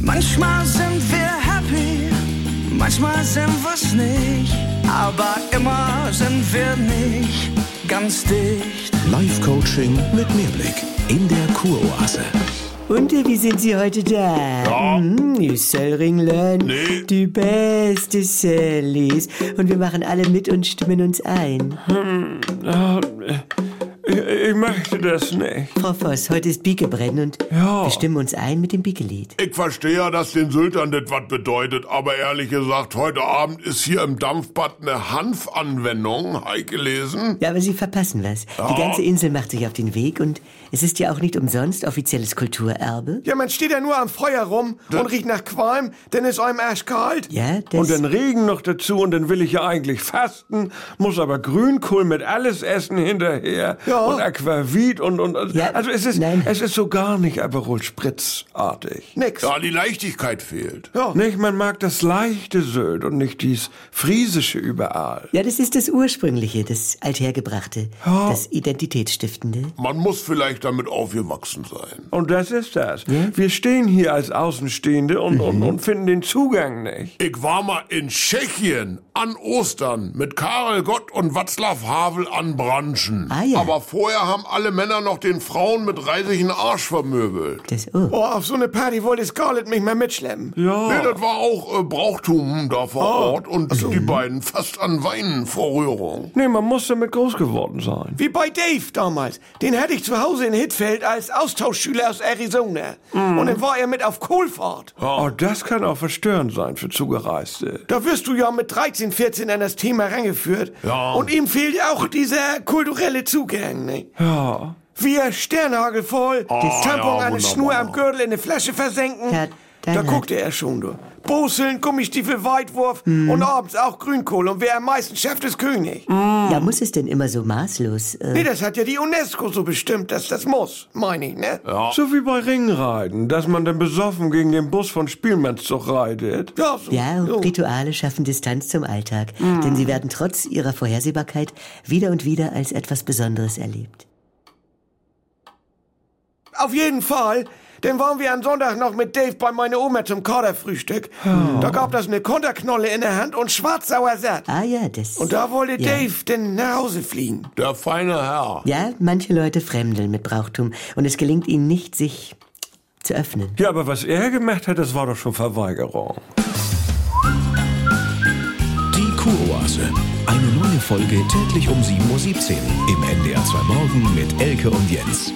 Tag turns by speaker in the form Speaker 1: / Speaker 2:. Speaker 1: Manchmal sind wir happy, manchmal sind wir's nicht. Aber immer sind wir nicht ganz dicht.
Speaker 2: Live Coaching mit Mehrblick in der Kuroase.
Speaker 3: Und äh, wie sind Sie heute da?
Speaker 4: Ja.
Speaker 3: Mhm, you Söllringlen,
Speaker 4: Nee.
Speaker 3: die beste Sallys. Und wir machen alle mit und stimmen uns ein.
Speaker 4: Ah, Ich, ich möchte das nicht.
Speaker 3: Frau Voss, heute ist Biegebrennen und
Speaker 4: Ja.
Speaker 3: wir stimmen uns ein mit dem Biegelied.
Speaker 5: Ich verstehe ja, dass den Syltern das was bedeutet, aber ehrlich gesagt, heute Abend ist hier im Dampfbad eine Hanfanwendung, hab ich gelesen.
Speaker 3: Ja, aber Sie verpassen was. Die ganze Insel macht sich auf den Weg und es ist ja auch nicht umsonst offizielles Kulturerbe.
Speaker 6: Ja, man steht ja nur am Feuer rum und riecht nach Qualm, dann ist einem arschkalt.
Speaker 3: Ja,
Speaker 4: Und
Speaker 3: das...
Speaker 4: den Regen noch dazu und dann will ich ja eigentlich fasten, muss aber Grünkohl mit alles essen hinterher
Speaker 6: Ja.
Speaker 4: und Aquavit und und
Speaker 3: Ja,
Speaker 4: also es ist
Speaker 3: nein.
Speaker 4: es ist so gar nicht Aperol Spritzartig.
Speaker 6: Nix.
Speaker 5: Ja, die Leichtigkeit fehlt.
Speaker 6: Ja.
Speaker 4: Nicht, man mag das leichte Sylt und nicht dies friesische überall.
Speaker 3: ja, das ist das Ursprüngliche, das Althergebrachte, das Identitätsstiftende.
Speaker 5: Man muss vielleicht damit aufgewachsen sein.
Speaker 4: Und das ist das. Wir stehen hier als Außenstehende und,
Speaker 3: Mhm.
Speaker 4: und, und finden den Zugang nicht.
Speaker 5: Ich war mal in Tschechien an Ostern mit Karel Gott und Václav Havel an Branchen.
Speaker 3: Ah, ja.
Speaker 5: Aber vorher haben alle Männer noch den Frauen mit reisigen Arsch vermöbelt.
Speaker 3: Das... Oh.
Speaker 6: Oh, auf so eine Party wollte Scarlett mich mal mitschleppen.
Speaker 4: Ja.
Speaker 5: Nee, das war auch äh, Brauchtum da vor
Speaker 3: Oh.
Speaker 5: Ort und die beiden fast an Weinen vor Rührung.
Speaker 4: Nee, man muss damit groß geworden sein.
Speaker 6: Wie bei Dave damals. Den hatte ich zu Hause in Hittfeld als Austauschschüler aus Arizona. Und dann war er mit auf Kohlfahrt.
Speaker 4: Mhm. Oh, das kann auch verstörend sein für Zugereiste.
Speaker 6: Da wirst du ja mit 13, 14 an das Thema rangeführt.
Speaker 5: Ja.
Speaker 6: Und ihm fehlt auch dieser kulturelle Zugang. Ne?
Speaker 4: Ja.
Speaker 6: Wir Sternhagel voll, das Tampon
Speaker 5: Ah, ja,
Speaker 6: an der
Speaker 5: wunderbar.
Speaker 6: Schnur am Gürtel in eine Flasche versenken.
Speaker 3: Ja, dann
Speaker 6: da
Speaker 3: hat-
Speaker 6: guckte er schon, du. Boseln, Gummistiefel, Weitwurf
Speaker 3: Mhm.
Speaker 6: und abends auch Grünkohl. Und wer am meisten schafft, ist König.
Speaker 3: Ja, muss es denn immer so maßlos? Äh,
Speaker 6: Nee, das hat ja die UNESCO so bestimmt, dass das muss, meine ich, ne?
Speaker 5: Ja.
Speaker 4: So wie bei Ringreiten, dass man dann besoffen gegen den Bus von Spielmannszug reitet.
Speaker 6: Ja, so.
Speaker 3: Ja, Rituale schaffen Distanz zum Alltag,
Speaker 6: Mhm.
Speaker 3: denn sie werden trotz ihrer Vorhersehbarkeit wieder und wieder als etwas Besonderes erlebt.
Speaker 6: Auf jeden Fall. Dann waren wir am Sonntag noch mit Dave bei meiner Oma zum Kaderfrühstück. Da gab das eine Konterknolle in der Hand und schwarzsauer Satt.
Speaker 3: Ah ja, das.
Speaker 6: Und da wollte
Speaker 3: ja.
Speaker 6: Dave denn nach Hause fliegen.
Speaker 5: Der feine Herr.
Speaker 3: Ja, manche Leute fremdeln mit Brauchtum und es gelingt ihnen nicht, sich zu öffnen.
Speaker 4: Ja, aber was er gemacht hat, das war doch schon Verweigerung.
Speaker 2: Die Kuroase. Eine neue Folge täglich um 7.17 Uhr im NDR 2 Morgen mit Elke und Jens.